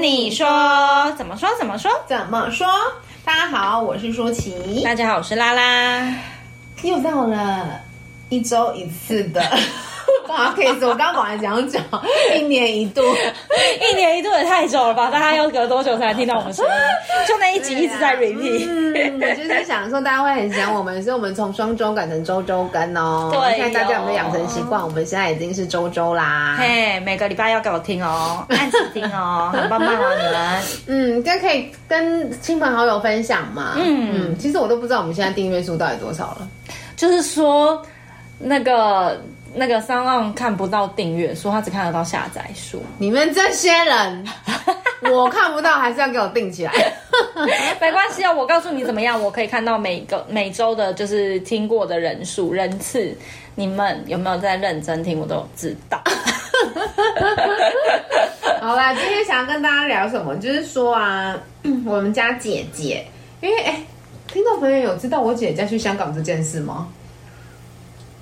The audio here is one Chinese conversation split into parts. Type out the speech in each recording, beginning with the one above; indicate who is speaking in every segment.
Speaker 1: 你说怎么说怎么说？
Speaker 2: 怎么说？大家好，我是舒淇，
Speaker 1: 大家好，我是拉拉。
Speaker 2: 又到了一周一次 的 podcast，我刚刚本来想讲一年一 度，
Speaker 1: 一年一度也太久了吧？大家要隔多久才能听到我们声音？就那一集一直在 repeat。
Speaker 2: 嗯，我就是想说大家会很想我们，所以我们从双周改成周周更哦。
Speaker 1: 对哟
Speaker 2: 现在大家有没有养成习惯？我们现在已经是周周啦。
Speaker 1: 嘿，每个礼拜要给我听哦，按时听哦，很棒棒哦，你们。
Speaker 2: 嗯，这可以跟亲朋好友分享嘛。
Speaker 1: 嗯
Speaker 2: 嗯，其实我都不知道我们现在订阅数到底多少了。
Speaker 1: 就是说，那个那个三浪看不到订阅数，他只看得到下载数。
Speaker 2: 你们这些 人，我看不到，还是要给我定起来。
Speaker 1: 没关系哦，我告诉你怎么样，我可以看到每个每周的，就是听过的人数人次，你们有没有在认真听，我都知 道。
Speaker 2: 好啦，今天想要跟大家聊什么？就是说啊， 我们家姐姐，因为哎、听众朋友有知道我姐姐去香港这件事吗？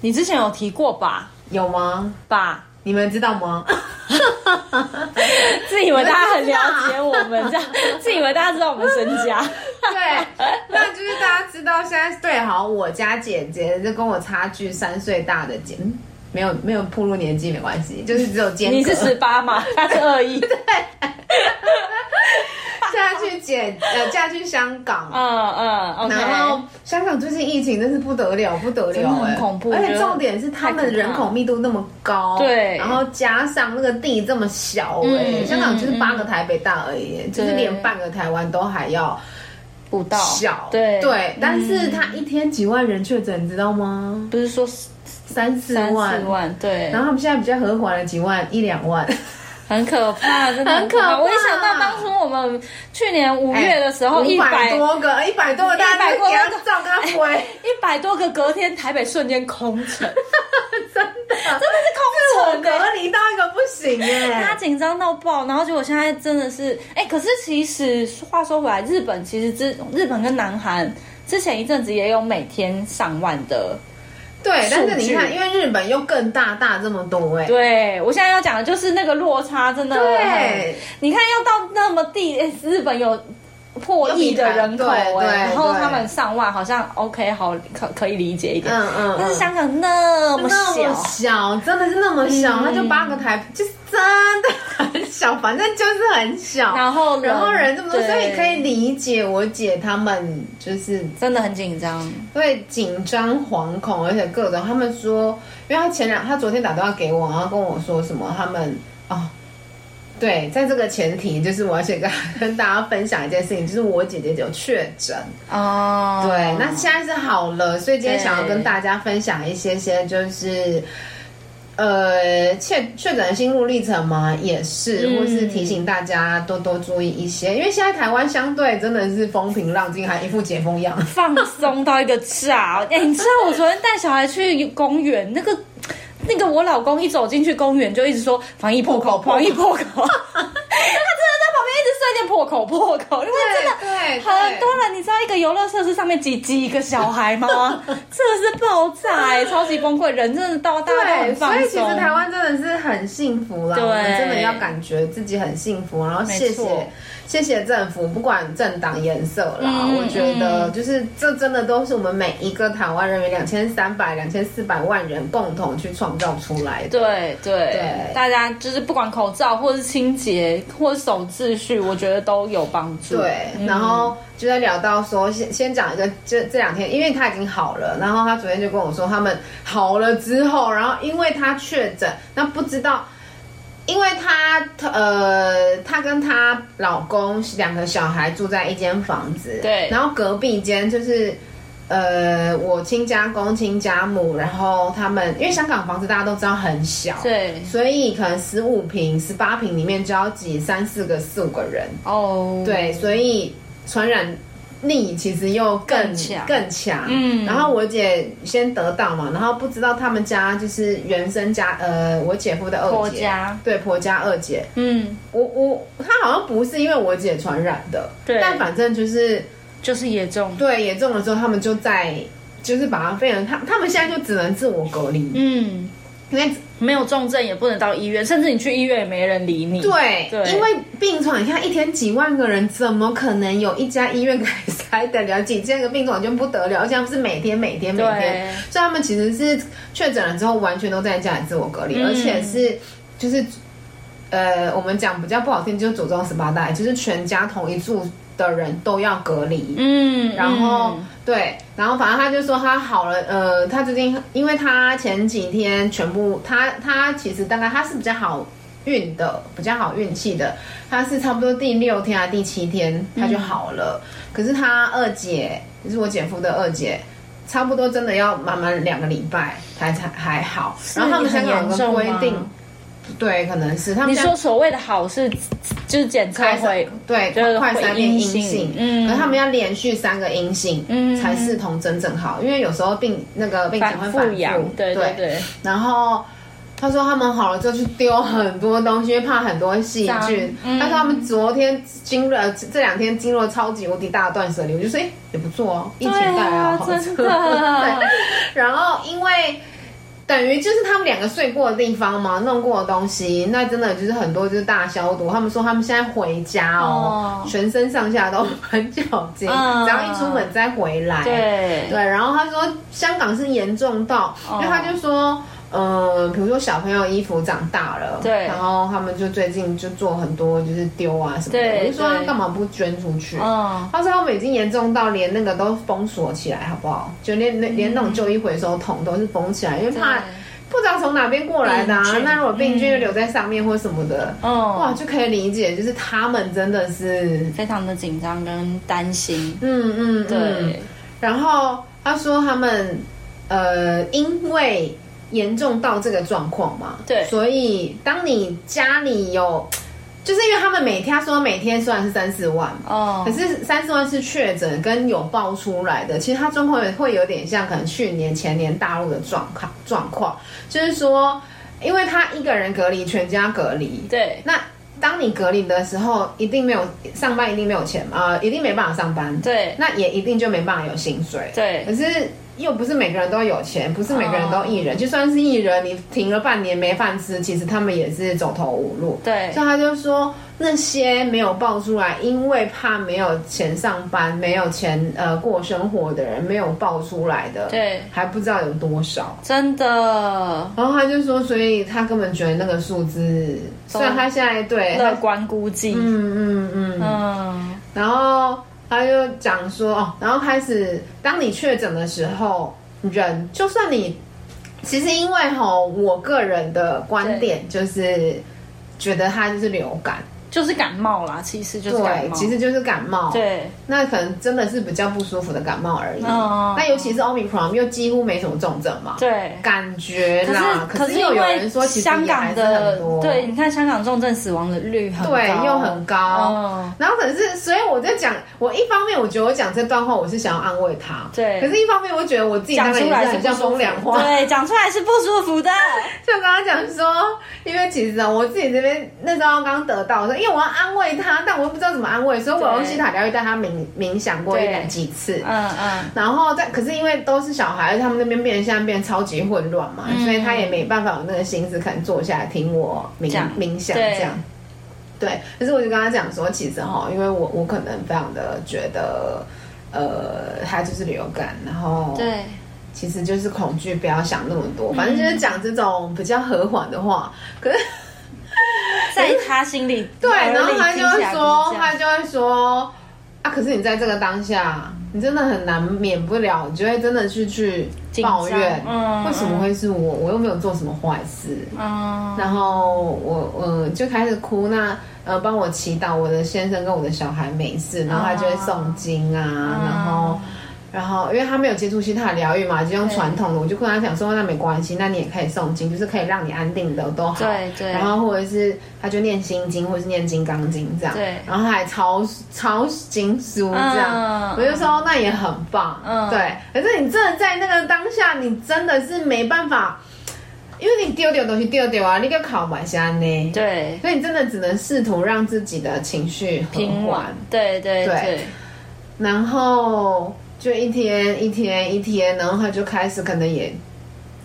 Speaker 1: 你之前有提过吧？
Speaker 2: 有吗？
Speaker 1: 吧，
Speaker 2: 你们知道 吗？
Speaker 1: 自以为大家很了解我们， 这样自以为大家知道我们身家。
Speaker 2: 对，那就是大家知道现在对好我家姐姐，就跟我差距三岁大的姐，嗯没有没有暴露年纪没关系，就是只有间隔。
Speaker 1: 你是十八嘛？他是二一。
Speaker 2: 嫁去姐呃嫁去香港，
Speaker 1: 嗯嗯，OK。
Speaker 2: 然后香港最近疫情真是不得了，不得
Speaker 1: 真的
Speaker 2: 了、
Speaker 1: 很
Speaker 2: 哎，
Speaker 1: 恐怖
Speaker 2: 而
Speaker 1: 我觉
Speaker 2: 且
Speaker 1: 得
Speaker 2: 重点是他
Speaker 1: 太可
Speaker 2: 们
Speaker 1: 怕
Speaker 2: 人口密度那么高，
Speaker 1: 对
Speaker 2: 然后加上那个地这么小、哎、
Speaker 1: 嗯
Speaker 2: 香港就是
Speaker 1: 嗯
Speaker 2: 八个台北大而已、就是
Speaker 1: 对
Speaker 2: 连半个台湾都还要
Speaker 1: 不到
Speaker 2: 小，
Speaker 1: 对
Speaker 2: 对。但是
Speaker 1: 嗯
Speaker 2: 他一天几万人确诊，你知道吗？
Speaker 1: 不是说
Speaker 2: 三四
Speaker 1: 三四
Speaker 2: 万。
Speaker 1: 万，对
Speaker 2: 然，后他们现在比较和缓了几万一两万，
Speaker 1: 很可怕，真的
Speaker 2: 很可怕
Speaker 1: 我一想到当初我们去年五月的时候，一
Speaker 2: 一
Speaker 1: 百
Speaker 2: 哎百多个，一百多个，大家
Speaker 1: 100
Speaker 2: 就
Speaker 1: 多
Speaker 2: 给他
Speaker 1: 个
Speaker 2: 照跟他 回，
Speaker 1: 一百多个，隔天台北瞬间空城，
Speaker 2: 真
Speaker 1: 真的是空
Speaker 2: 我
Speaker 1: 城欸
Speaker 2: 隔离到一个不行哎、
Speaker 1: 他紧张到爆，然后结果现在真的是，哎、可是其实话说回来，日本其实之日本跟南韩之前一阵子也有每天上万的，
Speaker 2: 对，但是
Speaker 1: 数
Speaker 2: 你
Speaker 1: 据
Speaker 2: 看，因为日本又更大大这么多哎、
Speaker 1: 对我现在要讲的就是那个落差真的很
Speaker 2: 对，
Speaker 1: 你看要到那么地，诶日本有破亿的人口、
Speaker 2: 有比台对
Speaker 1: 诶
Speaker 2: 对
Speaker 1: 然后他们上万，好像 OK，好可可以理解一点。
Speaker 2: 嗯嗯，
Speaker 1: 但是香港那么
Speaker 2: 那
Speaker 1: 小
Speaker 2: 么，小，真的是那么小，
Speaker 1: 嗯
Speaker 2: 它就八个台，就是真的很小，反正就是很小。
Speaker 1: 然后
Speaker 2: 然后人这么多，
Speaker 1: 对
Speaker 2: 所以可以理解我姐他们就是
Speaker 1: 真的很紧张。
Speaker 2: 会紧张、惶恐，而且各种。他们说，因为他前两，他昨天打电话给我，然后跟我说什么，他们哦，对，在这个前提，就是我要先跟跟大家分享一件事情，就是我姐姐有确诊，
Speaker 1: 哦，
Speaker 2: 对，那现在是好了，所以今天
Speaker 1: 对
Speaker 2: 想要跟大家分享一些些，就是呃确确诊的心路历程嘛，也是，
Speaker 1: 嗯
Speaker 2: 或是提醒大家多多注意一些，因为现在台湾相对真的是风平浪静，还一副解封样。
Speaker 1: 放松到一个炸！哎、你知道我昨天带小孩去公园，那个那个我老公一走进去公园就一直说防疫破口，
Speaker 2: 破口
Speaker 1: 防疫破口，他真的 在旁边一直碎念破口破口，因为真的。
Speaker 2: 对
Speaker 1: 很多人，你知道一个游乐设施上面挤挤一个小 孩吗？这个是爆炸哎、超级崩溃，人真的到大家都
Speaker 2: 对，
Speaker 1: 很放
Speaker 2: 所以其
Speaker 1: 松
Speaker 2: 实。台湾真的是很幸福啦，
Speaker 1: 对
Speaker 2: 我们真的要感觉自己很幸福，然后谢
Speaker 1: 没错
Speaker 2: 谢谢谢政府，不管政党颜色啦，
Speaker 1: 嗯
Speaker 2: 我觉得就是这真的都是我们每一个台湾人民两千三百、两千四百万人共同去创造出来的。
Speaker 1: 对对
Speaker 2: 对
Speaker 1: 大家就是不管口罩或是清洁或是守秩序，我觉得都有帮助。
Speaker 2: 对，然后就在聊到说，先先讲一个，这这两天，因为他已经好了，然后他昨天就跟我说，他们好了之后，然后因为他确诊，那不知道，因为他呃，她跟她老公两个小孩住在一间房子，
Speaker 1: 对
Speaker 2: 然后隔壁间就是。呃，我亲家公、亲家母，然后他们因为香港房子大家都知道很小，
Speaker 1: 对，
Speaker 2: 所以可能十五平、十八平里面就要挤三四个、四五个人，
Speaker 1: 哦，
Speaker 2: 对，所以传染力其实又更
Speaker 1: 更强
Speaker 2: 更强。
Speaker 1: 嗯
Speaker 2: 然后我姐先得到嘛，然后不知道他们家就是原生家，呃，我姐夫的二
Speaker 1: 婆
Speaker 2: 姐，
Speaker 1: 家
Speaker 2: 对婆家二姐，
Speaker 1: 嗯，
Speaker 2: 我我她好像不是因为我姐传染的，
Speaker 1: 对
Speaker 2: 但反正就是
Speaker 1: 就是也中，
Speaker 2: 对也中了之后，他们就在就是把它变成他他们现在就只能自我隔离，
Speaker 1: 嗯，
Speaker 2: 因为
Speaker 1: 没有重症也不能到医院，甚至你去医院也没人理你。
Speaker 2: 对，
Speaker 1: 嗯对
Speaker 2: 因为病床，你看一天几万个人，怎么可能有一家医院可以塞得了几千个病床就不得了？而且他们是每天每天每天，
Speaker 1: 对
Speaker 2: 所以他们其实是确诊了之后完全都在家里自我隔离，
Speaker 1: 嗯
Speaker 2: 而且是就是呃，我们讲比较不好听，就是祖宗十八代，就是全家同一住的人都要隔离。
Speaker 1: 嗯，
Speaker 2: 然后、
Speaker 1: 嗯
Speaker 2: 对，然后反正他就说他好了，呃，他最近因为他前几天全部他他其实大概他是比较好运的，比较好运气的，他是差不多第六天啊第七天他就好了，
Speaker 1: 嗯
Speaker 2: 可是他二姐就是我姐夫的二姐。差不多真的要慢慢两个礼拜才才还好，然后他们
Speaker 1: 是
Speaker 2: 香
Speaker 1: 很
Speaker 2: 港有
Speaker 1: 严
Speaker 2: 个
Speaker 1: 重
Speaker 2: 规
Speaker 1: 吗
Speaker 2: 定，对，可能是他们
Speaker 1: 你
Speaker 2: 现在
Speaker 1: 说所谓的好是就是检测
Speaker 2: 快
Speaker 1: 会
Speaker 2: 三，对
Speaker 1: 就是
Speaker 2: 快三
Speaker 1: 会
Speaker 2: 遍
Speaker 1: 阴
Speaker 2: 阴
Speaker 1: 性
Speaker 2: 性，
Speaker 1: 嗯
Speaker 2: 可是他们要连续三个阴性，
Speaker 1: 嗯
Speaker 2: 才视同真正好，因为有时候病那个病情会反
Speaker 1: 反复
Speaker 2: 复，
Speaker 1: 阳，对对对，
Speaker 2: 然后。他说他们好了之后去丢很多东西，因为怕很多细
Speaker 1: 脏
Speaker 2: 菌。
Speaker 1: 嗯
Speaker 2: 他说他们昨天经了这两天经了超级无敌大的断舍离，我就说哎、诶也不错哦，疫情
Speaker 1: 对
Speaker 2: 带来了
Speaker 1: 啊，
Speaker 2: 好
Speaker 1: 真
Speaker 2: 处。
Speaker 1: 的，
Speaker 2: 然后因为等于就是他们两个睡过的地方嘛，弄过的东西，那真的就是很多就是大消毒。他们说他们现在回家哦，
Speaker 1: 哦
Speaker 2: 全身上下都喷酒精，
Speaker 1: 嗯
Speaker 2: 只要一出门再回来。
Speaker 1: 对哦
Speaker 2: 对，然后他说香港是严重到，因为他就说。嗯，比如说小朋友衣服长大了，
Speaker 1: 对
Speaker 2: 然后他们就最近就做很多就是丢啊什么的，
Speaker 1: 对
Speaker 2: 我就说
Speaker 1: 对
Speaker 2: 他干嘛不捐出去？
Speaker 1: 嗯，
Speaker 2: 他说他们已经严重到连那个都封锁起来，好不好？就连
Speaker 1: 嗯
Speaker 2: 那连那种旧衣回收桶都是封起来，因为怕不知道从哪边过来的啊
Speaker 1: 病。菌
Speaker 2: 那如果病菌又留在上面或什么的，哇，
Speaker 1: 嗯，
Speaker 2: 就可以理解，就是他们真的是，
Speaker 1: 非常的紧张跟担心，
Speaker 2: 嗯嗯，嗯
Speaker 1: 对，
Speaker 2: 然后他说他们呃，因为严重到这个状况嘛，
Speaker 1: 对
Speaker 2: 所以当你家里有，就是因为他们每天他说每天虽然是三四万嘛，
Speaker 1: 哦
Speaker 2: 可，是三十万是确诊跟有爆出来的，其实它状况也会有点像可能去年前年大陆的状况状况，就是说，因为他一个人隔离，全家隔离，
Speaker 1: 对，
Speaker 2: 那当你隔离的时候，一定没有上班，一定没有钱嘛，呃，一定没办法上班，
Speaker 1: 对，
Speaker 2: 那也一定就没办法有薪水，
Speaker 1: 对，哦
Speaker 2: 可是。又不是每个人都有钱，不是每个人都艺人。就算是艺人，你停了半年没饭吃，其实他们也是走投无路。
Speaker 1: 对
Speaker 2: 所，以他就说那些没有爆出来，因为怕没有钱上班、没有钱呃过生活的人，没有爆出来的，
Speaker 1: 对
Speaker 2: 还不知道有多少。
Speaker 1: 真的
Speaker 2: 然后他就说，所以他根本觉得那个数字，虽然他现在对，
Speaker 1: 乐
Speaker 2: 他
Speaker 1: 观估计，
Speaker 2: 嗯嗯嗯，
Speaker 1: 嗯，
Speaker 2: 然后他就讲说哦，然后开始当你确诊的时候，人就算你其实因为吼，我个人的观点就是觉得他就是流感。
Speaker 1: 就是感冒啦，其实就是感
Speaker 2: 对，
Speaker 1: 冒，
Speaker 2: 其实就是感冒。，
Speaker 1: 对，
Speaker 2: 那可能真的是比较不舒服的感冒而已。
Speaker 1: 嗯
Speaker 2: 那尤其是 Omicron 又几乎没什么重症嘛，
Speaker 1: 对。
Speaker 2: 感觉
Speaker 1: 可
Speaker 2: 啦。
Speaker 1: 可是
Speaker 2: 又
Speaker 1: 因
Speaker 2: 有
Speaker 1: 为
Speaker 2: 人说，其实
Speaker 1: 香
Speaker 2: 也
Speaker 1: 港
Speaker 2: 还是很
Speaker 1: 的
Speaker 2: 多，
Speaker 1: 对，你看香港重症死亡的率很高，
Speaker 2: 对又很高。
Speaker 1: 嗯，
Speaker 2: 然后可是，所以我在讲，我一方面我觉得我讲这段话，我是想要安慰他。
Speaker 1: 对
Speaker 2: 可是，一方面我觉得我自己当
Speaker 1: 讲
Speaker 2: 然
Speaker 1: 出
Speaker 2: 也
Speaker 1: 来
Speaker 2: 是
Speaker 1: 是
Speaker 2: 很
Speaker 1: 不
Speaker 2: 像
Speaker 1: 舒服
Speaker 2: 风凉话。
Speaker 1: 对，讲出来是不舒服的，
Speaker 2: 就跟他讲说，因为其实啊，我自己这边那时候刚得到，我说因为我要安慰他，但我又不知道怎么安慰，所以我用西塔疗愈带他冥冥想过一
Speaker 1: 对
Speaker 2: 两几次。
Speaker 1: 嗯嗯，
Speaker 2: 然后但可是因为都是小孩，他们那边变得现在变得超级混乱嘛，
Speaker 1: 嗯
Speaker 2: 所以他也没办法有那个心思，可能坐下来听我冥
Speaker 1: 讲
Speaker 2: 冥想
Speaker 1: 对
Speaker 2: 这样。对，可是我就跟他讲说，其实哈，因为我我可能非常的觉得，呃，他就是流感，然后
Speaker 1: 对，嗯
Speaker 2: 其实就是恐惧，不要想那么多，反正就是讲这种比较和缓的话。可是
Speaker 1: 在他心里，
Speaker 2: 对，然后他就会说，他
Speaker 1: 他
Speaker 2: 就会说，啊，可是你在这个当下，你真的很难免不了，你就会真的去去
Speaker 1: 紧张
Speaker 2: 抱怨，
Speaker 1: 嗯
Speaker 2: 为什么会是我？我又没有做什么坏事。
Speaker 1: 嗯，
Speaker 2: 然后我我就开始哭，那呃帮我祈祷我的先生跟我的小孩没事，然后他就
Speaker 1: 哦
Speaker 2: 会诵经啊，
Speaker 1: 嗯
Speaker 2: 然后然后因为他没有接触西塔疗愈嘛，就用传统的，我就跟他讲说那没关系，那你也可以诵经，就是可以让你安定的都好。
Speaker 1: 对对
Speaker 2: 然后或者是他就念心经，或者是念金刚经这样。
Speaker 1: 对
Speaker 2: 然后他还抄抄经书这样，
Speaker 1: 嗯
Speaker 2: 我就说那也很棒。
Speaker 1: 嗯
Speaker 2: 对。可是你真的在那个当下，你真的是没办法。因为你丢丢东西丢丢啊，你个考买下呢，
Speaker 1: 对
Speaker 2: 所以你真的只能试图让自己的情绪和
Speaker 1: 平
Speaker 2: 缓
Speaker 1: 稳，，对对
Speaker 2: 对
Speaker 1: 对，
Speaker 2: 然后就一天一天一天，然后他就开始可能也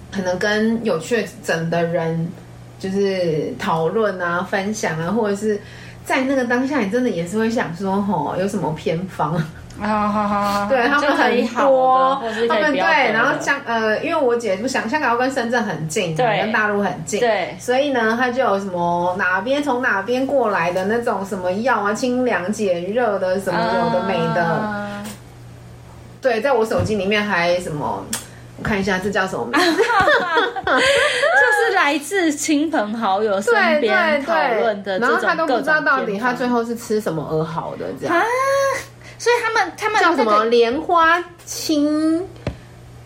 Speaker 2: 可能跟有确诊的人就是讨论啊、分享啊，或者是在那个当下，你真的也是会想说，吼，有什么偏方？
Speaker 1: 啊哈哈，
Speaker 2: 对他
Speaker 1: 就
Speaker 2: 们
Speaker 1: 可以
Speaker 2: 很
Speaker 1: 好
Speaker 2: 多
Speaker 1: 的，或是
Speaker 2: 他
Speaker 1: 可以
Speaker 2: 们
Speaker 1: 不
Speaker 2: 对，
Speaker 1: 要得
Speaker 2: 然后
Speaker 1: 的
Speaker 2: 香呃，因为我姐不想香港又跟深圳很近，
Speaker 1: 对
Speaker 2: 跟大陆很近，
Speaker 1: 对
Speaker 2: 所以呢，她就有什么哪边从哪边过来的那种什么药啊，清凉解热的什么有的没的，
Speaker 1: 啊
Speaker 2: 对，在我手机里面还什么，我看一下这叫什么名字。
Speaker 1: 就是来自亲朋好友 身
Speaker 2: 对
Speaker 1: 边
Speaker 2: 对
Speaker 1: 讨论
Speaker 2: 对，
Speaker 1: 的
Speaker 2: 然后
Speaker 1: 这
Speaker 2: 他
Speaker 1: 种
Speaker 2: 都不
Speaker 1: 各
Speaker 2: 知道
Speaker 1: 种
Speaker 2: 到底
Speaker 1: 偏
Speaker 2: 他
Speaker 1: 方
Speaker 2: 最后是吃什么而好的，这样
Speaker 1: 啊，所以他们他们
Speaker 2: 叫什
Speaker 1: 这个
Speaker 2: 么莲花清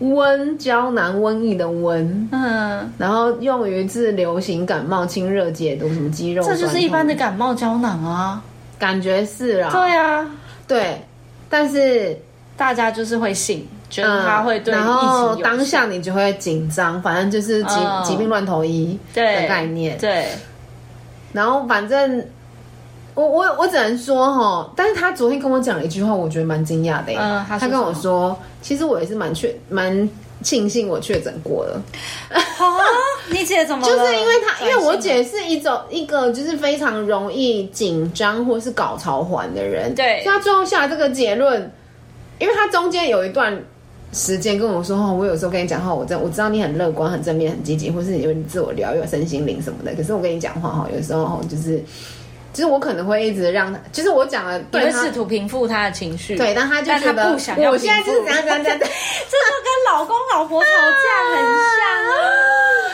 Speaker 2: 瘟胶囊瘟疫的瘟，
Speaker 1: 嗯，
Speaker 2: 然后用于治流行感冒、清热解毒，什么肌肉，
Speaker 1: 这就是一般的，感冒胶囊啊。
Speaker 2: 感觉是啦，
Speaker 1: 对啊，
Speaker 2: 对，但是
Speaker 1: 大家就是会信，觉
Speaker 2: 嗯
Speaker 1: 得他会对疫
Speaker 2: 然
Speaker 1: 情
Speaker 2: 后
Speaker 1: 有
Speaker 2: 当下你就会紧张，反正就是疾
Speaker 1: 嗯
Speaker 2: 疾病乱投医的
Speaker 1: 对
Speaker 2: 概念，
Speaker 1: 对，
Speaker 2: 然后反正我我我只能说哈，但是他昨天跟我讲了一句话，我觉得蛮惊讶的耶。
Speaker 1: 嗯
Speaker 2: 他
Speaker 1: 他说
Speaker 2: 跟我
Speaker 1: 什么
Speaker 2: 说，其实我也是蛮确蛮庆幸我确诊过了，
Speaker 1: 好啊，你姐怎么
Speaker 2: 就
Speaker 1: 了
Speaker 2: 是因为他，因为我
Speaker 1: 转性
Speaker 2: 姐
Speaker 1: 了
Speaker 2: 是一种一个就是非常容易紧张或是搞潮环的人，
Speaker 1: 对
Speaker 2: 所以他最后下这个结论，因为他中间有一段。时间跟我说哦，我有时候跟你讲话，我真我知道你很乐观、很正面、很积极，或是有你自我疗愈、身心灵什么的。可是我跟你讲话哈，有时候哦就是，就是我可能会一直让他，就是我讲了
Speaker 1: 你
Speaker 2: 对
Speaker 1: 会
Speaker 2: 他
Speaker 1: 试，图平复她的情绪，
Speaker 2: 对，但他就
Speaker 1: 但
Speaker 2: 觉
Speaker 1: 她
Speaker 2: 得
Speaker 1: 不想要
Speaker 2: 我现在就是
Speaker 1: 平
Speaker 2: 怎
Speaker 1: 复
Speaker 2: 样怎样怎样，怎样
Speaker 1: 这就跟老公老婆吵架很像啊。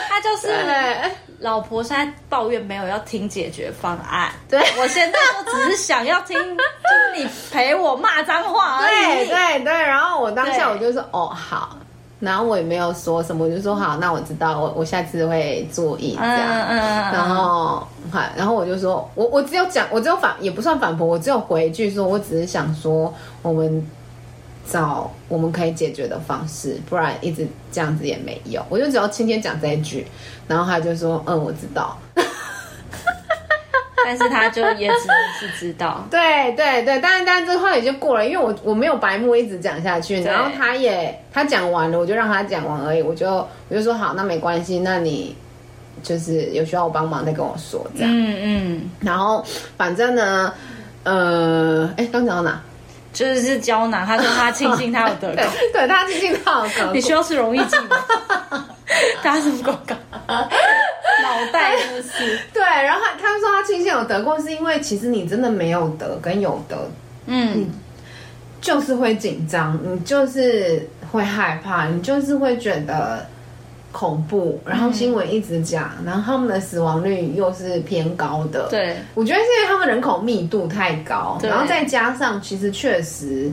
Speaker 1: 他就是老婆现在抱怨没有要听解决方案，
Speaker 2: 对
Speaker 1: 我现在就只是想要听，就是你陪我骂脏话而
Speaker 2: 对
Speaker 1: 已。
Speaker 2: 对对，然后我当下
Speaker 1: 对
Speaker 2: 我就说哦好，然后我也没有说什么，我就说好，那我知道，我我下次会注意这
Speaker 1: 嗯
Speaker 2: 样。
Speaker 1: 嗯嗯，
Speaker 2: 然
Speaker 1: 嗯
Speaker 2: 后，好，然后我就说，我我只有讲，我只有反，也不算反驳，我只有回一句说，我只是想说，我们找我们可以解决的方式，不然一直这样子也没用。我就只要今天讲这一句，然后他就说，嗯，我知道。，
Speaker 1: 但是他就也只是知道
Speaker 2: 对对对，但是但是这话也就过了，因为我我没有白目一直讲下去，
Speaker 1: 对
Speaker 2: 然后他也他讲完了，我就让他讲完而已，我就我就说好，那没关系，那你就是有需要我帮忙再跟我说这样，
Speaker 1: 嗯嗯，
Speaker 2: 然后反正呢，呃，哎，刚讲到哪？
Speaker 1: 就是是胶囊。他说他庆幸他有
Speaker 2: 对
Speaker 1: 得 过，
Speaker 2: 对，他最近到
Speaker 1: 你
Speaker 2: 你
Speaker 1: 需要吃容易剂吗？ 打什么广告？脑袋真的是，
Speaker 2: 对，然后他他说他庆幸有得过，是因为其实你真的没有得跟有得
Speaker 1: 嗯，
Speaker 2: 就是会紧张，你就是会害怕，你就是会觉得恐怖。然后新闻一直讲，然后他们的死亡率又是偏高的。，
Speaker 1: 对，
Speaker 2: 我觉得是因为他们人口密度太高，
Speaker 1: 对
Speaker 2: 然后再加上其实确实。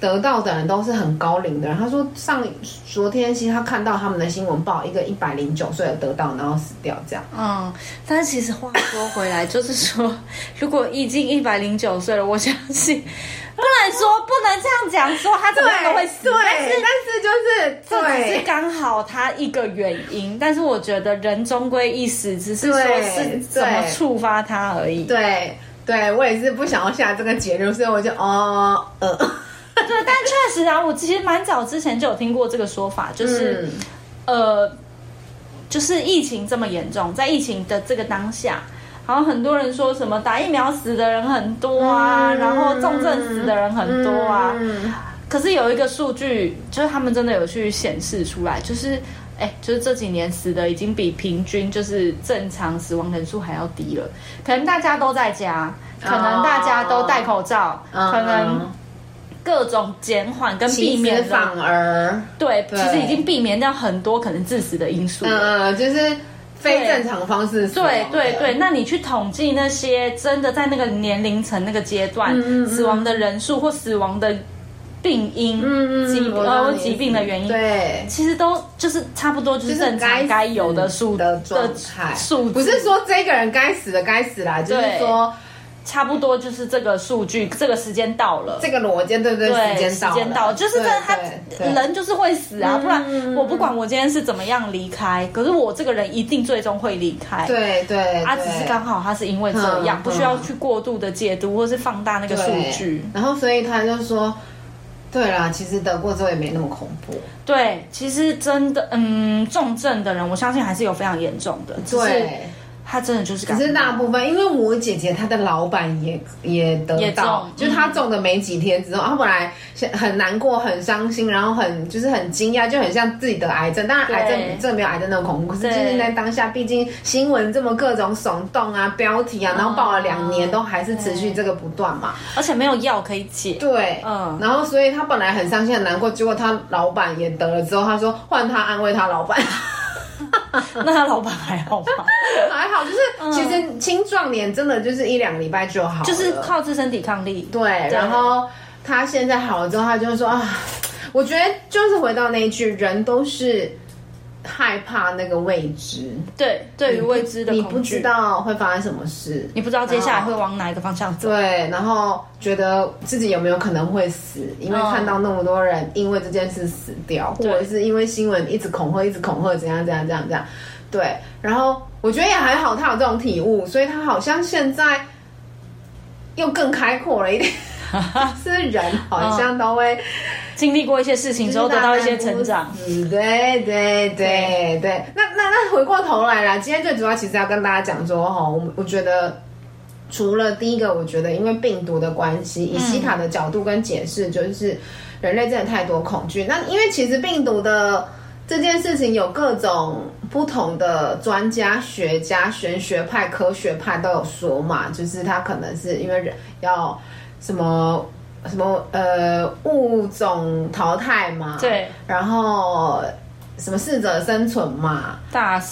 Speaker 2: 得到的人都是很高龄的人。他说上昨天，其实他看到他们的新闻报，一个一百零九岁的得到，然后死掉这样。
Speaker 1: 嗯，但是其实话说回来，就是说，如果已经一百零九岁了，我相信不能说不能这样讲，说他怎么样都会死，
Speaker 2: 对，
Speaker 1: 但
Speaker 2: 但
Speaker 1: 是
Speaker 2: 是就是
Speaker 1: 这只
Speaker 2: 对
Speaker 1: 是刚好他一个原因。但是我觉得人终归一死，只是说
Speaker 2: 对
Speaker 1: 是怎么
Speaker 2: 对
Speaker 1: 触发他而已。
Speaker 2: 对对，我也是不想要下这个结论，所以我就哦呃，
Speaker 1: 对，但确实啊，我其实蛮早之前就有听过这个说法，就是、
Speaker 2: 嗯
Speaker 1: 呃，就是疫情这么严重，在疫情的这个当下，然后很多人说什么打疫苗死的人很多啊，
Speaker 2: 嗯
Speaker 1: 然后重症死的人很多啊。
Speaker 2: 嗯
Speaker 1: 可是有一个数据，就是他们真的有去显示出来，就是。哎，就是这几年死的已经比平均就是正常死亡人数还要低了，可能大家都在家，可能大家都戴口罩，
Speaker 2: 嗯
Speaker 1: 可能各种减缓跟避
Speaker 2: 其实
Speaker 1: 免
Speaker 2: 反而，
Speaker 1: 对，
Speaker 2: 对
Speaker 1: 其实已经避免掉很多可能致死的因素
Speaker 2: 嗯
Speaker 1: 了。
Speaker 2: 嗯，就是非
Speaker 1: 对
Speaker 2: 正常方式死亡
Speaker 1: 对
Speaker 2: 的
Speaker 1: 对对，那你去统计那些真的在那个年龄层、那个阶段、
Speaker 2: 嗯嗯嗯
Speaker 1: 死亡的人数或死亡的病因、
Speaker 2: 嗯嗯嗯
Speaker 1: 疾
Speaker 2: 我知道
Speaker 1: 呃
Speaker 2: 你的意思
Speaker 1: 疾病的原因，
Speaker 2: 对。
Speaker 1: 其实都就是差不多就是
Speaker 2: 就是
Speaker 1: 正
Speaker 2: 该
Speaker 1: 常该
Speaker 2: 死
Speaker 1: 有的数
Speaker 2: 的状
Speaker 1: 的
Speaker 2: 态，
Speaker 1: 数字，
Speaker 2: 不是说这个人该死的该死啦，就是
Speaker 1: 对
Speaker 2: 说
Speaker 1: 差不多就是这个数据，这个时间到了。
Speaker 2: 这个逻辑对不对？
Speaker 1: 对，
Speaker 2: 时间到了，
Speaker 1: 到，就是真的，他
Speaker 2: 对对对
Speaker 1: 人就是会死啊，
Speaker 2: 嗯
Speaker 1: 不然我不管我今天是怎么样离开，可是我这个人一定最终会离开。，
Speaker 2: 对对，
Speaker 1: 他
Speaker 2: 对
Speaker 1: 只是刚好他是因为这
Speaker 2: 嗯
Speaker 1: 样，不需要
Speaker 2: 嗯
Speaker 1: 去过度的解读或是放大那个数
Speaker 2: 对
Speaker 1: 据。
Speaker 2: 然后所以他就说，对啦，其实得过之后也没那么恐怖。
Speaker 1: 对，其实真的，嗯，重症的人，我相信还是有非常严重的，只是
Speaker 2: 对，
Speaker 1: 他真的就是
Speaker 2: 只
Speaker 1: 感冒
Speaker 2: 是大部分，因为我姐姐她的老板也也得
Speaker 1: 也
Speaker 2: 到
Speaker 1: 中，嗯
Speaker 2: 就是她中的没几天之后，她本来很难过、很伤心，然后很就是很惊讶，就很像自己得癌症。当然，
Speaker 1: 对
Speaker 2: 癌症这没有癌症那么恐怖，可是
Speaker 1: 对
Speaker 2: 就是在当下，毕竟新闻这么各种耸动啊、标题
Speaker 1: 嗯
Speaker 2: 啊，然后报了两年都还是持续这个不断嘛。
Speaker 1: 而且没有药可以解。
Speaker 2: 对，
Speaker 1: 嗯，
Speaker 2: 然后，所以他本来很伤心、很难过，结果他老板也得了之后，他说换他安慰他老板，
Speaker 1: 那他老板还好吗？
Speaker 2: 还好，就是、其实青壮年真的就是一两个礼拜就好了，
Speaker 1: 嗯就是靠自身抵抗力。
Speaker 2: 对，然后他现在好了之后，他就会说啊，我觉得就是回到那一句，人都是害怕那个未知，
Speaker 1: 对，对于未知的
Speaker 2: 你不
Speaker 1: 恐
Speaker 2: 知
Speaker 1: 惧，
Speaker 2: 道嗯会发生什么事，
Speaker 1: 你不知道接下来会往哪一个方向走。
Speaker 2: 对，然后觉得自己有没有可能会死，因为
Speaker 1: 嗯
Speaker 2: 看到那么多人因为这件事死掉，或
Speaker 1: 对
Speaker 2: 者是因为新闻一直恐吓，一直恐吓，怎样怎样怎样怎样。对，然后我觉得也还好，他有这种体悟，所以他好像现在又更开阔了一 点。是人好像
Speaker 1: 嗯
Speaker 2: 都会
Speaker 1: 经历过一些事情之后，得到一些成长。
Speaker 2: 嗯，对对对对。那那那回过头来啦，今天最主要其实要跟大家讲说，哈，我们我觉得。除了第一个，我觉得因为病毒的关系，以西塔的角度跟解释，就是人类真的太多恐惧。那因为其实病毒的这件事情有各种不同的专家、学家、玄学派、科学派都有说嘛，就是它可能是因为人要什么什么呃物种淘汰嘛，
Speaker 1: 对，
Speaker 2: 然后什么适者生存嘛，
Speaker 1: 大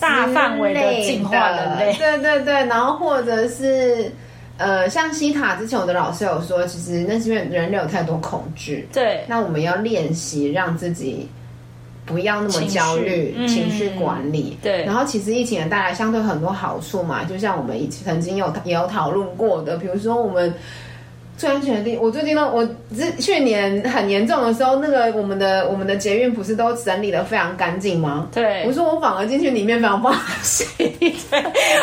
Speaker 1: 大范围的进化人类
Speaker 2: 之。类的对对对，然后或者是呃，像西塔之前我的老师有说，其实那是因为人类有太多恐惧，
Speaker 1: 对，
Speaker 2: 那我们要练习让自己不要那么
Speaker 1: 情绪
Speaker 2: 焦虑，
Speaker 1: 嗯
Speaker 2: 情绪管理。
Speaker 1: 对
Speaker 2: 然后其实疫情也带来相对很多好处嘛，就像我们以前曾经有也有讨论过的，比如说我们。最安全的地，我最近呢，我之去年很严重的时候，那个我们的我们的捷运不是都整理的非常干净吗？
Speaker 1: 对，
Speaker 2: 我说我反而进去里面非常放心，
Speaker 1: 对，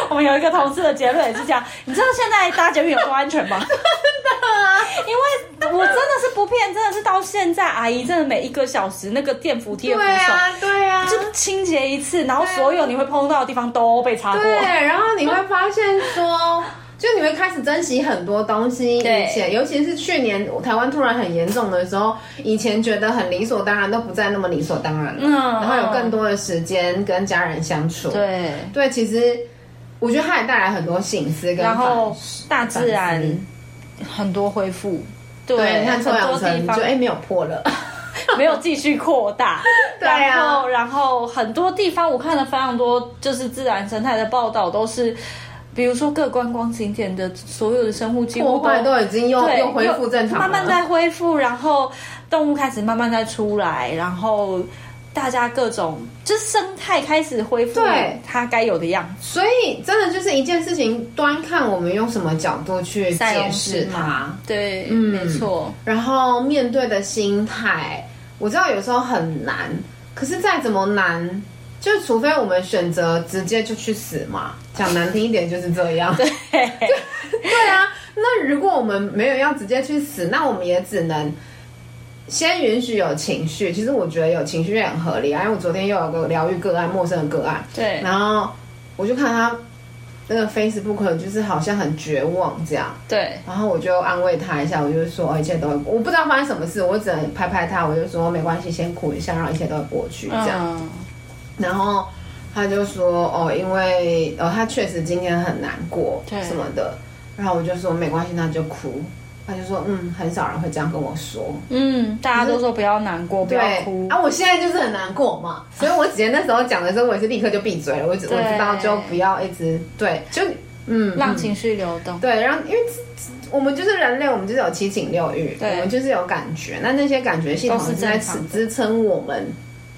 Speaker 1: 我们有一个同事的结论也是这样。你知道现在搭捷运有多安全 吗？真
Speaker 2: 啊
Speaker 1: 的，因为我真的是不骗，真的是到现在，阿姨真的每一个小时那个电扶梯的扶
Speaker 2: 对
Speaker 1: 手。
Speaker 2: 啊，对啊，
Speaker 1: 就清洁一次，然后所有你会碰到的地方都被擦过。
Speaker 2: 对，然后你会发现说，就你会开始珍惜很多东西。以
Speaker 1: 对
Speaker 2: 前，尤其是去年台湾突然很严重的时候，以前觉得很理所当然，都不再那么理所当然了。
Speaker 1: 嗯
Speaker 2: 然后有
Speaker 1: 嗯
Speaker 2: 更多的时间跟家人相处。
Speaker 1: 对
Speaker 2: 对，其实我觉得它也带来很多醒思跟
Speaker 1: 然后
Speaker 2: 反思
Speaker 1: 大自然
Speaker 2: 反思
Speaker 1: 很多恢复，
Speaker 2: 对，
Speaker 1: 对，
Speaker 2: 你看
Speaker 1: 很
Speaker 2: 臭氧
Speaker 1: 多地
Speaker 2: 层
Speaker 1: 方
Speaker 2: 就哎没有破 了。
Speaker 1: 没有继续扩大。
Speaker 2: 对啊
Speaker 1: 然后然后很多地方我看了非常多，就是自然生态的报道，都是比如说各观光景点的所有的生物几乎
Speaker 2: 破坏都已经又
Speaker 1: 对
Speaker 2: 又恢复正常了，
Speaker 1: 慢慢在恢复，然后动物开始慢慢在出来，然后大家各种就是生态开始恢复
Speaker 2: 对
Speaker 1: 它该有的样子。
Speaker 2: 所以真的就是一件事情，端看我们用什么角度去
Speaker 1: 塞
Speaker 2: 解
Speaker 1: 翁失
Speaker 2: 释它
Speaker 1: 马。，对，
Speaker 2: 嗯
Speaker 1: 没错，
Speaker 2: 然后面对的心态，我知道有时候很难，可是再怎么难，就除非我们选择直接就去死嘛。讲难听一点就是这样。对对啊，那如果我们没有要直接去死，那我们也只能。先允许有情绪，其实我觉得有情绪也很合理啊。因为我昨天又有个疗愈个案，陌生的个案，
Speaker 1: 对，
Speaker 2: 然后我就看他那个 Facebook 就是好像很绝望这样，
Speaker 1: 对，
Speaker 2: 然后我就安慰他一下，我就说、哦一切都会，我不知道发生什么事，我只能拍拍他，我就说没关系，先哭一下，让一切都会过去这样。
Speaker 1: 嗯，
Speaker 2: 然后他就说哦，因为哦他确实今天很难过
Speaker 1: 对
Speaker 2: 什么的，然后我就说没关系，那就哭。他就说嗯，很少人会这样跟我说，
Speaker 1: 嗯，大家都说不要难过，不
Speaker 2: 对
Speaker 1: 要哭，
Speaker 2: 啊，我现在就是很难过嘛，所以我姐那时候讲的时候，我也是立刻就闭嘴了，我只我
Speaker 1: 对
Speaker 2: 知道就不要一直对，就嗯，
Speaker 1: 让情绪流动。
Speaker 2: 对，然后因为这这我们就是人类，我们就是有七情六欲，我
Speaker 1: 对
Speaker 2: 们就是有感觉，那那些感觉系统
Speaker 1: 都是
Speaker 2: 是在
Speaker 1: 正常
Speaker 2: 支支撑我们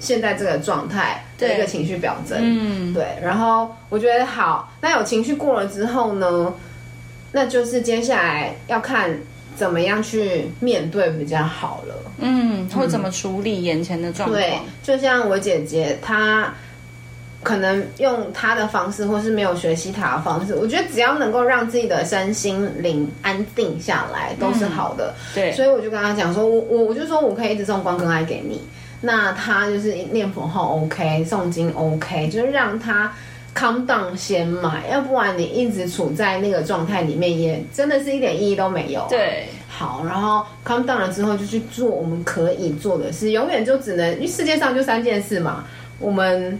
Speaker 2: 现在这个状态的
Speaker 1: 对
Speaker 2: 一个情绪表征。
Speaker 1: 嗯，
Speaker 2: 对，然后我觉得好，那有情绪过了之后呢，那就是接下来要看怎么样去面对比较好了。
Speaker 1: 嗯
Speaker 2: 嗯
Speaker 1: 嗯，会怎么处理眼前的状况？
Speaker 2: 对，就像我姐姐她。可能用他的方式，或是没有学习他的方式，我觉得只要能够让自己的身心灵安定下来，都是好的。
Speaker 1: 嗯对，
Speaker 2: 所以我就跟他讲说，我我我就说我可以一直送光跟爱给你，那他就是念佛号 OK，诵经 OK，就是让他 calm down 先嘛，要不然你一直处在那个状态里面，也真的是一点意义都没有啊、
Speaker 1: 对，
Speaker 2: 好，然后 calm down 了之后就去做我们可以做的事，永远就只能，因为世界上就三件事嘛，我们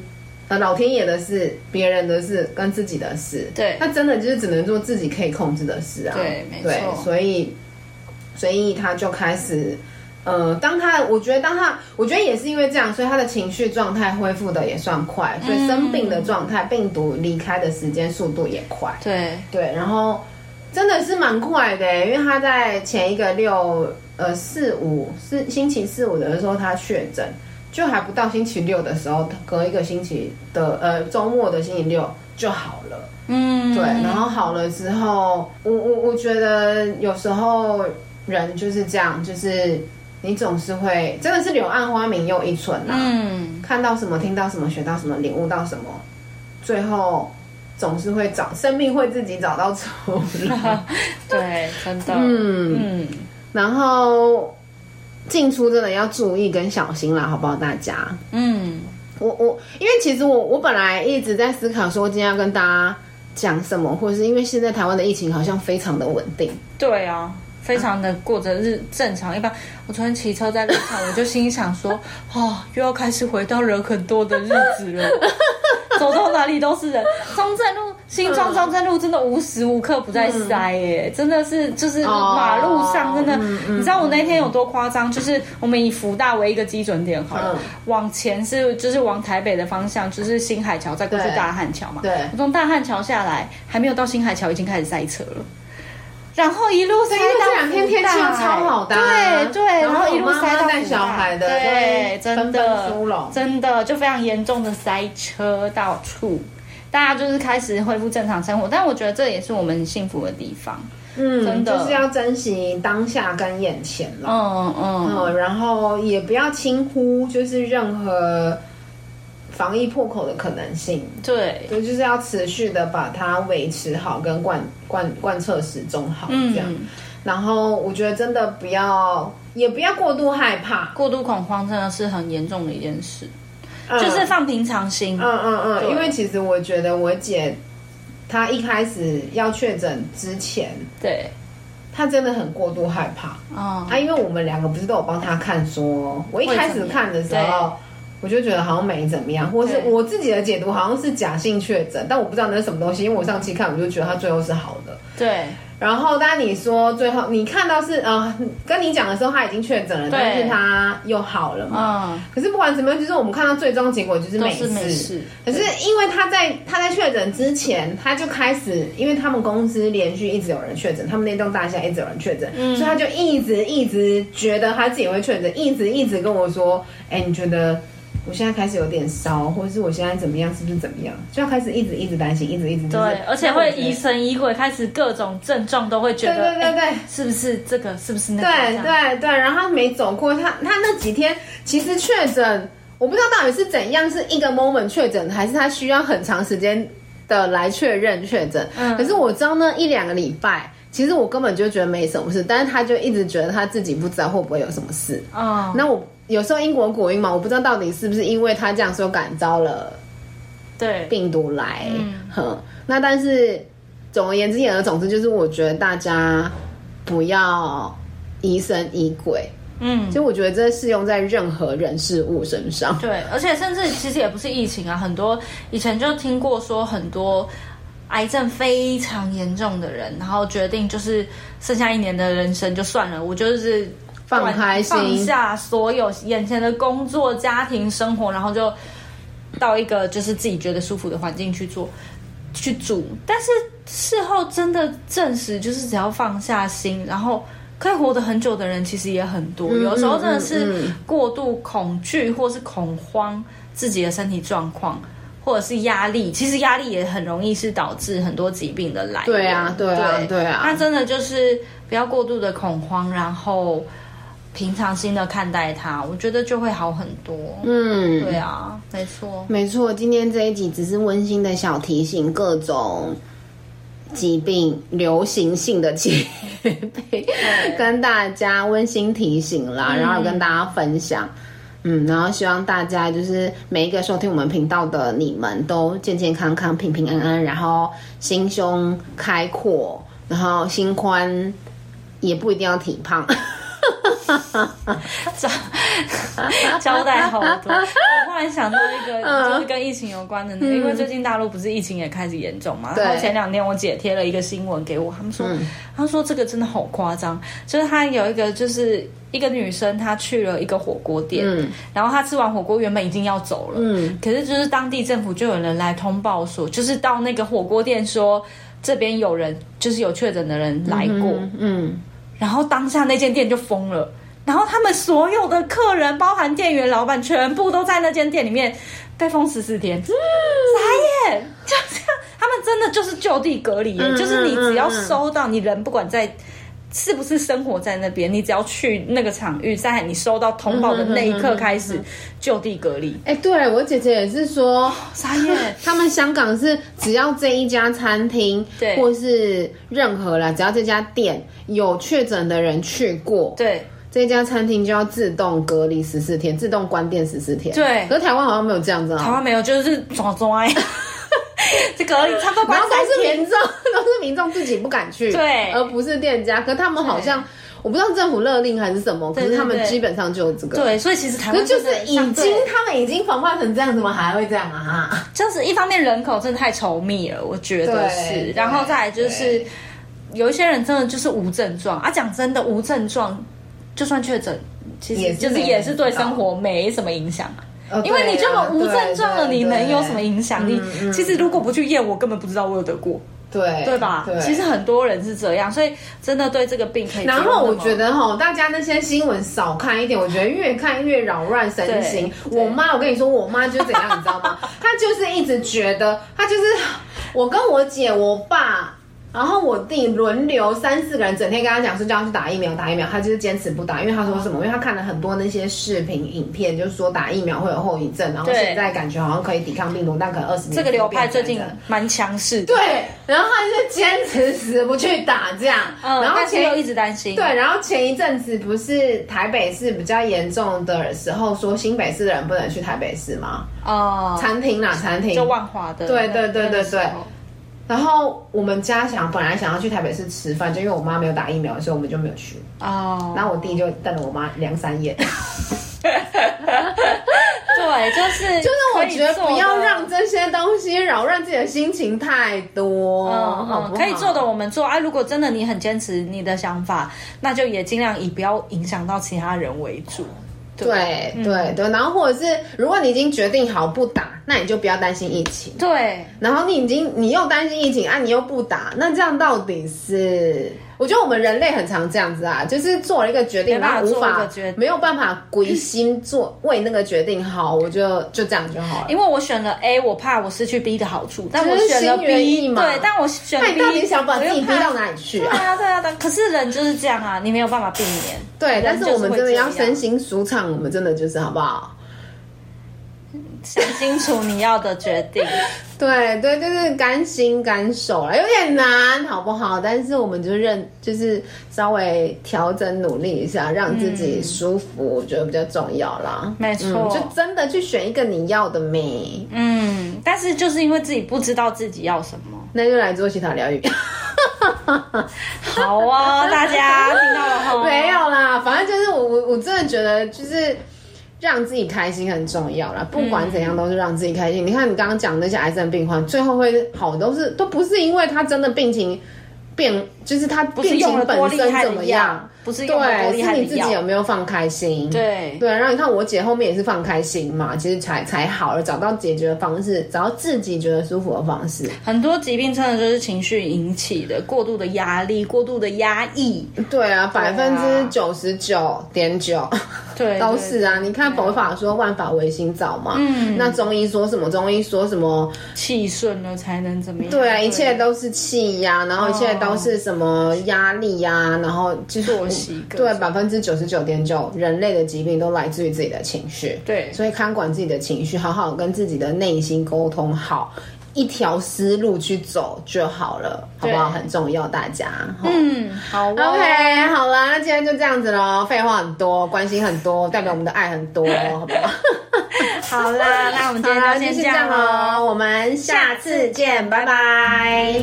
Speaker 2: 呃老天爷的事、别人的事跟自己的事，
Speaker 1: 对
Speaker 2: 那真的就是只能做自己可以控制的事啊，
Speaker 1: 对没错
Speaker 2: 所以所以他就开始。呃，当他我觉得当他，我觉得也是因为这样，所以他的情绪状态恢复的也算快，所以生病的状态、病毒离开的时间速度也快。
Speaker 1: 对，
Speaker 2: 对，然后真的是蛮快的欸，因为他在前一个六呃四五是星期四五的时候他确诊，就还不到星期六的时候，隔一个星期的呃周末的星期六就好了。
Speaker 1: 嗯，
Speaker 2: 对，然后好了之后，我我我觉得有时候人就是这样，就是你总是会真的是柳暗花明又一村啊。
Speaker 1: 嗯，
Speaker 2: 看到什么、听到什么、学到什么、领悟到什么，最后总是会找生命会自己找到出 路。
Speaker 1: 对，真的，
Speaker 2: 嗯，
Speaker 1: 嗯，
Speaker 2: 然后进出真的要注意跟小心啦，好不好？大家，
Speaker 1: 嗯，
Speaker 2: 我我因为其实我我本来一直在思考说今天要跟大家讲什么，或者是因为现在台湾的疫情好像非常的稳定，
Speaker 1: 对啊。非常的过着日正常一般。我昨天骑车在路上，我就心里想 说，哦，又要开始回到人很多的日子了， 走到哪里都是人。中正路、新庄中正路真的无时无刻不在塞耶、真的是就是
Speaker 2: 嗯哦
Speaker 1: 马路上真的，
Speaker 2: 嗯
Speaker 1: 你知道我那天有多夸张？就是我们以福大为一个基准点好了，
Speaker 2: 嗯
Speaker 1: 往前是就是往台北的方向，就是新海桥，再过去
Speaker 2: 对
Speaker 1: 大汉桥嘛。
Speaker 2: 对
Speaker 1: 我从大汉桥下来，还没有到新海桥，已经开始塞车了。然后一路塞
Speaker 2: 因为
Speaker 1: 到
Speaker 2: 这两天天气又超好的啊、
Speaker 1: 对对，然后一路塞
Speaker 2: 妈
Speaker 1: 到
Speaker 2: 妈带
Speaker 1: 福
Speaker 2: 小
Speaker 1: 大
Speaker 2: 孩的，
Speaker 1: 对，真
Speaker 2: 纷纷
Speaker 1: 的
Speaker 2: 出笼，
Speaker 1: 真的就非常严重的塞车到处，大家就是开始恢复正常生活，但我觉得这也是我们幸福的地方，
Speaker 2: 嗯，
Speaker 1: 真的
Speaker 2: 就是要珍惜当下跟眼前了。
Speaker 1: 嗯嗯，
Speaker 2: 嗯，然后也不要轻忽，就是任何防疫破口的可能性。
Speaker 1: 对，
Speaker 2: 对，就是要持续的把它维持好，跟贯贯贯彻始终好这样。
Speaker 1: 嗯，
Speaker 2: 然后我觉得真的不要，也不要过度害怕，
Speaker 1: 过度恐慌真的是很严重的一件事，
Speaker 2: 嗯
Speaker 1: 就是放平常心，
Speaker 2: 嗯嗯嗯，
Speaker 1: 对
Speaker 2: 因为其实我觉得我姐她一开始要确诊之前，
Speaker 1: 对，
Speaker 2: 她真的很过度害怕。
Speaker 1: 嗯，
Speaker 2: 啊，因为我们两个不是都有帮他看说，我一开始看的时
Speaker 1: 会怎么
Speaker 2: 候
Speaker 1: 样，
Speaker 2: 我就觉得好像没怎么样，或是
Speaker 1: 对
Speaker 2: 我自己的解读好像是假性确诊，但我不知道那是什么东西，因为我上期看我就觉得他最后是好的。
Speaker 1: 对
Speaker 2: 然后，但你说最后你看到是呃，跟你讲的时候他已经确诊了，
Speaker 1: 对
Speaker 2: 但是他又好了嘛。
Speaker 1: 嗯，
Speaker 2: 可是不管怎么样，就是我们看到最终结果就是
Speaker 1: 都
Speaker 2: 没
Speaker 1: 是
Speaker 2: 事。
Speaker 1: 没事，
Speaker 2: 可是因为他在他在确诊之前，他就开始，因为他们公司连续一直有人确诊，他们那栋大厦一直有人确诊，
Speaker 1: 嗯
Speaker 2: 所以他就一直一直觉得他自己会确诊，一直一直跟我说，哎、你觉得我现在开始有点烧，或者是我现在怎么样，是不是怎么样？就要开始一直一直担心，一直一直就是
Speaker 1: 对，而且会疑
Speaker 2: 疑，
Speaker 1: 神疑鬼，开始各种症状都会觉
Speaker 2: 对
Speaker 1: 得，
Speaker 2: 对对对。
Speaker 1: 哎是不是这个，是不是那个，这
Speaker 2: 对
Speaker 1: 样
Speaker 2: 对对，然后他没走过，他他那几天其实确诊，我不知道到底是怎样，是一个 moment 确诊，还是他需要很长时间的来确认确诊。
Speaker 1: 嗯
Speaker 2: 可是我知道那一两个礼拜，其实我根本就觉得没什么事，但是他就一直觉得他自己不知道会不会有什么事。
Speaker 1: 嗯，
Speaker 2: 那我有时候英国国音嘛，我不知道到底是不是因为他这样说感召了。
Speaker 1: 对，
Speaker 2: 病毒来，
Speaker 1: 嗯
Speaker 2: 哼，那但是总而言之，言而总之，就是我觉得大家不要疑神疑鬼，
Speaker 1: 嗯，
Speaker 2: 其实我觉得这适用在任何人事物身上。
Speaker 1: 对，而且甚至其实也不是疫情啊，很多以前就听过说很多癌症非常严重的人，然后决定就是剩下一年的人生就算了，我就是
Speaker 2: 放开心
Speaker 1: 放下所有眼前的工作、家庭生活，然后就到一个就是自己觉得舒服的环境去做。去住，但是事后真的证实，就是只要放下心，然后可以活得很久的人其实也很多。
Speaker 2: 嗯
Speaker 1: 有时候真的
Speaker 2: 嗯嗯
Speaker 1: 是
Speaker 2: 嗯
Speaker 1: 过度恐惧或是恐慌自己的身体状况，或者是压力，其实压力也很容易是导致很多疾病的来源。
Speaker 2: 对啊对啊对啊
Speaker 1: 那真的就是不要过度的恐慌，然后平常心的看待它，我觉得就会好很多。
Speaker 2: 嗯，
Speaker 1: 对啊，没错。
Speaker 2: 没错，今天这一集只是温馨的小提醒，各种疾病流行性的疾病，跟大家温馨提醒
Speaker 1: 嗯
Speaker 2: 啦，然后有跟大家分享。嗯，然后希望大家就是每一个收听我们频道的你们都健健康康、平平安安，然后心胸开阔，然后心宽，也不一定要体胖。
Speaker 1: 交交代好 多。我突然想到一个，
Speaker 2: 嗯
Speaker 1: 就是跟疫情有关的那个，因为最近大陆不是疫情也开始严重嘛。
Speaker 2: 对嗯
Speaker 1: 然后前两天我姐贴了一个新闻给我，他们说，他说这个真的好夸张，就是她有一个就是。一个女生她去了一个火锅店，
Speaker 2: 嗯
Speaker 1: 然后她吃完火锅原本已经要走了，可是就是当地政府就有人来通报说，就是到那个火锅店说这边有人就是有确诊的人来过，
Speaker 2: 嗯，
Speaker 1: 然后当下那间店就疯了，然后他们所有的客人，包含店员、老板，全部都在那间店里面被封十四
Speaker 2: 嗯
Speaker 1: 天，傻眼，就这样，他们真的就是就地隔离耶，
Speaker 2: 嗯
Speaker 1: 就是你只要收到，你人不管在。是不是生活在那边？你只要去那个场域，在你收到通报的那一刻开
Speaker 2: 嗯
Speaker 1: 始，就地隔离。
Speaker 2: 哎、对我姐姐也是说，
Speaker 1: 哦傻眼，
Speaker 2: 他们香港是只要这一家餐厅，
Speaker 1: 对
Speaker 2: 或是任何啦，只要这家店有确诊的人去过，
Speaker 1: 对，
Speaker 2: 这家餐厅就要自动隔离十四天，自动关店十四天。
Speaker 1: 对
Speaker 2: 可是台湾好像没有这样子
Speaker 1: 台
Speaker 2: 啊。
Speaker 1: 湾没有，就是 抓抓，这隔离差不多
Speaker 2: 然
Speaker 1: 关
Speaker 2: 后都
Speaker 1: 三
Speaker 2: 是
Speaker 1: 天
Speaker 2: 民众， 都是民众自己不敢去，
Speaker 1: 对
Speaker 2: 而不是店家。可他们好像我不知道政府勒令还是什么，可
Speaker 1: 对
Speaker 2: 是他们
Speaker 1: 对对
Speaker 2: 基本上就有这个。，
Speaker 1: 对，所以其实台
Speaker 2: 可
Speaker 1: 湾
Speaker 2: 是就是
Speaker 1: 真的
Speaker 2: 已
Speaker 1: 相对
Speaker 2: 经他们已经防范成这样，怎么还会这样啊？
Speaker 1: 就是一方面人口真的太稠密了，我觉得
Speaker 2: 对
Speaker 1: 是，
Speaker 2: 对
Speaker 1: 然后再来就是
Speaker 2: 对
Speaker 1: 有一些人真的就是无症状啊，讲真的无症状，就算确诊，其
Speaker 2: 也
Speaker 1: 实
Speaker 2: 是
Speaker 1: 就是
Speaker 2: 没
Speaker 1: 也是对
Speaker 2: 人知道
Speaker 1: 生活没什么影响啊。
Speaker 2: 哦
Speaker 1: 因为你
Speaker 2: 对
Speaker 1: 这
Speaker 2: 啊
Speaker 1: 么无症状了，
Speaker 2: 对
Speaker 1: 你能
Speaker 2: 对
Speaker 1: 有什么影响？你
Speaker 2: 嗯
Speaker 1: 其实如果不去验，我根本不知道我有得过，
Speaker 2: 对
Speaker 1: 对吧？
Speaker 2: 对
Speaker 1: 其实很多人是这样，所以真的对这个病可以。
Speaker 2: 然后我觉，得哈，大家那些新闻少看一点，我觉得越看越扰乱神经。
Speaker 1: 对
Speaker 2: 我妈，我跟你说，我妈就是怎样，你知道吗？她就是一直觉得，她就是我跟我姐、我爸，然后我弟轮流三四个人，整天跟她讲说叫她去打疫苗，打疫苗，她就是坚持不打，因为她说什么？因为她看了很多那些视频影片，就是说打疫苗会有后遗症，然后
Speaker 1: 对
Speaker 2: 现在感觉好像可以抵抗病毒，但可能二十年
Speaker 1: 这个流派
Speaker 2: 后变
Speaker 1: 最
Speaker 2: 成
Speaker 1: 近
Speaker 2: 这样
Speaker 1: 蛮强势的，
Speaker 2: 对，然后她就是坚持死不去打这样，
Speaker 1: 嗯，
Speaker 2: 然后
Speaker 1: 但是
Speaker 2: 前
Speaker 1: 又一直担心，
Speaker 2: 对，然后前一阵子不是台北市比较严重的时候，说新北市的人不能去台北市吗？
Speaker 1: 哦，
Speaker 2: 餐厅啦，餐厅。
Speaker 1: 就万华的那，
Speaker 2: 对对对
Speaker 1: 那个
Speaker 2: 对对
Speaker 1: 时候
Speaker 2: 然后我们家想本来想要去台北市吃饭，就因为我妈没有打疫苗，所以我们就没有去。
Speaker 1: 哦，
Speaker 2: 然后我弟就瞪了我妈两三 眼，就
Speaker 1: 对，就是 就是
Speaker 2: 我觉得不要让这些东西扰乱自己的心情太多，
Speaker 1: 嗯
Speaker 2: 哦好
Speaker 1: 嗯
Speaker 2: 不好？
Speaker 1: 可以做的我们做啊。如果真的你很坚持你的想法，那就也尽量以不要影响到其他人为主。
Speaker 2: 对
Speaker 1: 嗯
Speaker 2: 对对，然后或者是如果你已经决定好不打，那你就不要担心疫情。
Speaker 1: 对，
Speaker 2: 然后你已经你又担心疫情啊，你又不打，那这样到底是？我觉得我们人类很常这样子啊，就是做了一个决定，
Speaker 1: 没办法
Speaker 2: 然后无
Speaker 1: 做一
Speaker 2: 法
Speaker 1: 个决定
Speaker 2: 没有办法归心做为那个决定好，我就就这样就好了。
Speaker 1: 因为我选了 A，我怕我失去 B 的好处，但我
Speaker 2: 就是
Speaker 1: 选了
Speaker 2: 心猿意
Speaker 1: B，
Speaker 2: 马
Speaker 1: 对，但我选
Speaker 2: 那
Speaker 1: B，
Speaker 2: 你到底想把自己逼到
Speaker 1: 我又怕？
Speaker 2: 哪里去
Speaker 1: 对
Speaker 2: 啊？
Speaker 1: 啊，对啊，对啊。可是人就是这样啊，你没有办法避免。
Speaker 2: 对，但是我们真的要
Speaker 1: 人就是会这
Speaker 2: 身
Speaker 1: 样
Speaker 2: 心舒畅，我们真的就是好不好？
Speaker 1: 想清楚你要的决定。
Speaker 2: 对对，就是甘心甘受了，有点难，好不好？但是我们就认，就是稍微调整努力一下，让自己舒服，我觉得比较重要啦。
Speaker 1: 没错
Speaker 2: 嗯就真的去选一个你要的美，
Speaker 1: 嗯，但是就是因为自己不知道自己要什么。
Speaker 2: 那就来做其他疗愈。
Speaker 1: 哦好啊、大家听到了 哈？
Speaker 2: 没有啦，反正就是我我我真的觉得就是。让自己开心很重要啦，不管怎样都是让自己开
Speaker 1: 嗯
Speaker 2: 心。你看你刚刚讲的那些癌症病患，最后会好都是都不是因为他真的病情变，就是他
Speaker 1: 不是
Speaker 2: 病
Speaker 1: 用
Speaker 2: 情
Speaker 1: 了
Speaker 2: 本
Speaker 1: 多厉
Speaker 2: 身
Speaker 1: 害
Speaker 2: 怎
Speaker 1: 的
Speaker 2: 么
Speaker 1: 药
Speaker 2: 样，，
Speaker 1: 不是用了多
Speaker 2: 对，
Speaker 1: 厉
Speaker 2: 是
Speaker 1: 害的
Speaker 2: 你自己有
Speaker 1: 药。
Speaker 2: 没有放开心？
Speaker 1: 对
Speaker 2: 对，然后你看我姐后面也是放开心嘛，其实才才好了，找到解决的方式，找到自己觉得舒服的方式。
Speaker 1: 很多疾病真的就是情绪引起的，过度的压力、过度的压抑，
Speaker 2: 对啊，百分之九十九点九
Speaker 1: 对，
Speaker 2: 都是啊。你看佛法说万法唯心造嘛，嗯，那中医说什么？中医说什么？啊
Speaker 1: 气顺了才能怎么样？
Speaker 2: 对啊，一切都是气呀、然后一切都是什么压力呀、然后就是
Speaker 1: 哦作习各
Speaker 2: 对
Speaker 1: 种
Speaker 2: 百分之九十九点九人类的疾病都来自于自己的情绪。
Speaker 1: 对
Speaker 2: 所以看管自己的情绪，好好跟自己的内心沟通好，一条思路去走就好了，好不好？
Speaker 1: 对
Speaker 2: 很重要，大家。嗯。
Speaker 1: 嗯，好哦
Speaker 2: OK，好啦，那今天就这样子喽。废话很多，关心很多，代表我们的爱很 多，好不好？
Speaker 1: 好啦，那我们今
Speaker 2: 好
Speaker 1: 天
Speaker 2: 啦，
Speaker 1: 就
Speaker 2: 就
Speaker 1: 先
Speaker 2: 是
Speaker 1: 这
Speaker 2: 这
Speaker 1: 样
Speaker 2: 样哦
Speaker 1: 喽。
Speaker 2: 喽，我们下次见，拜拜。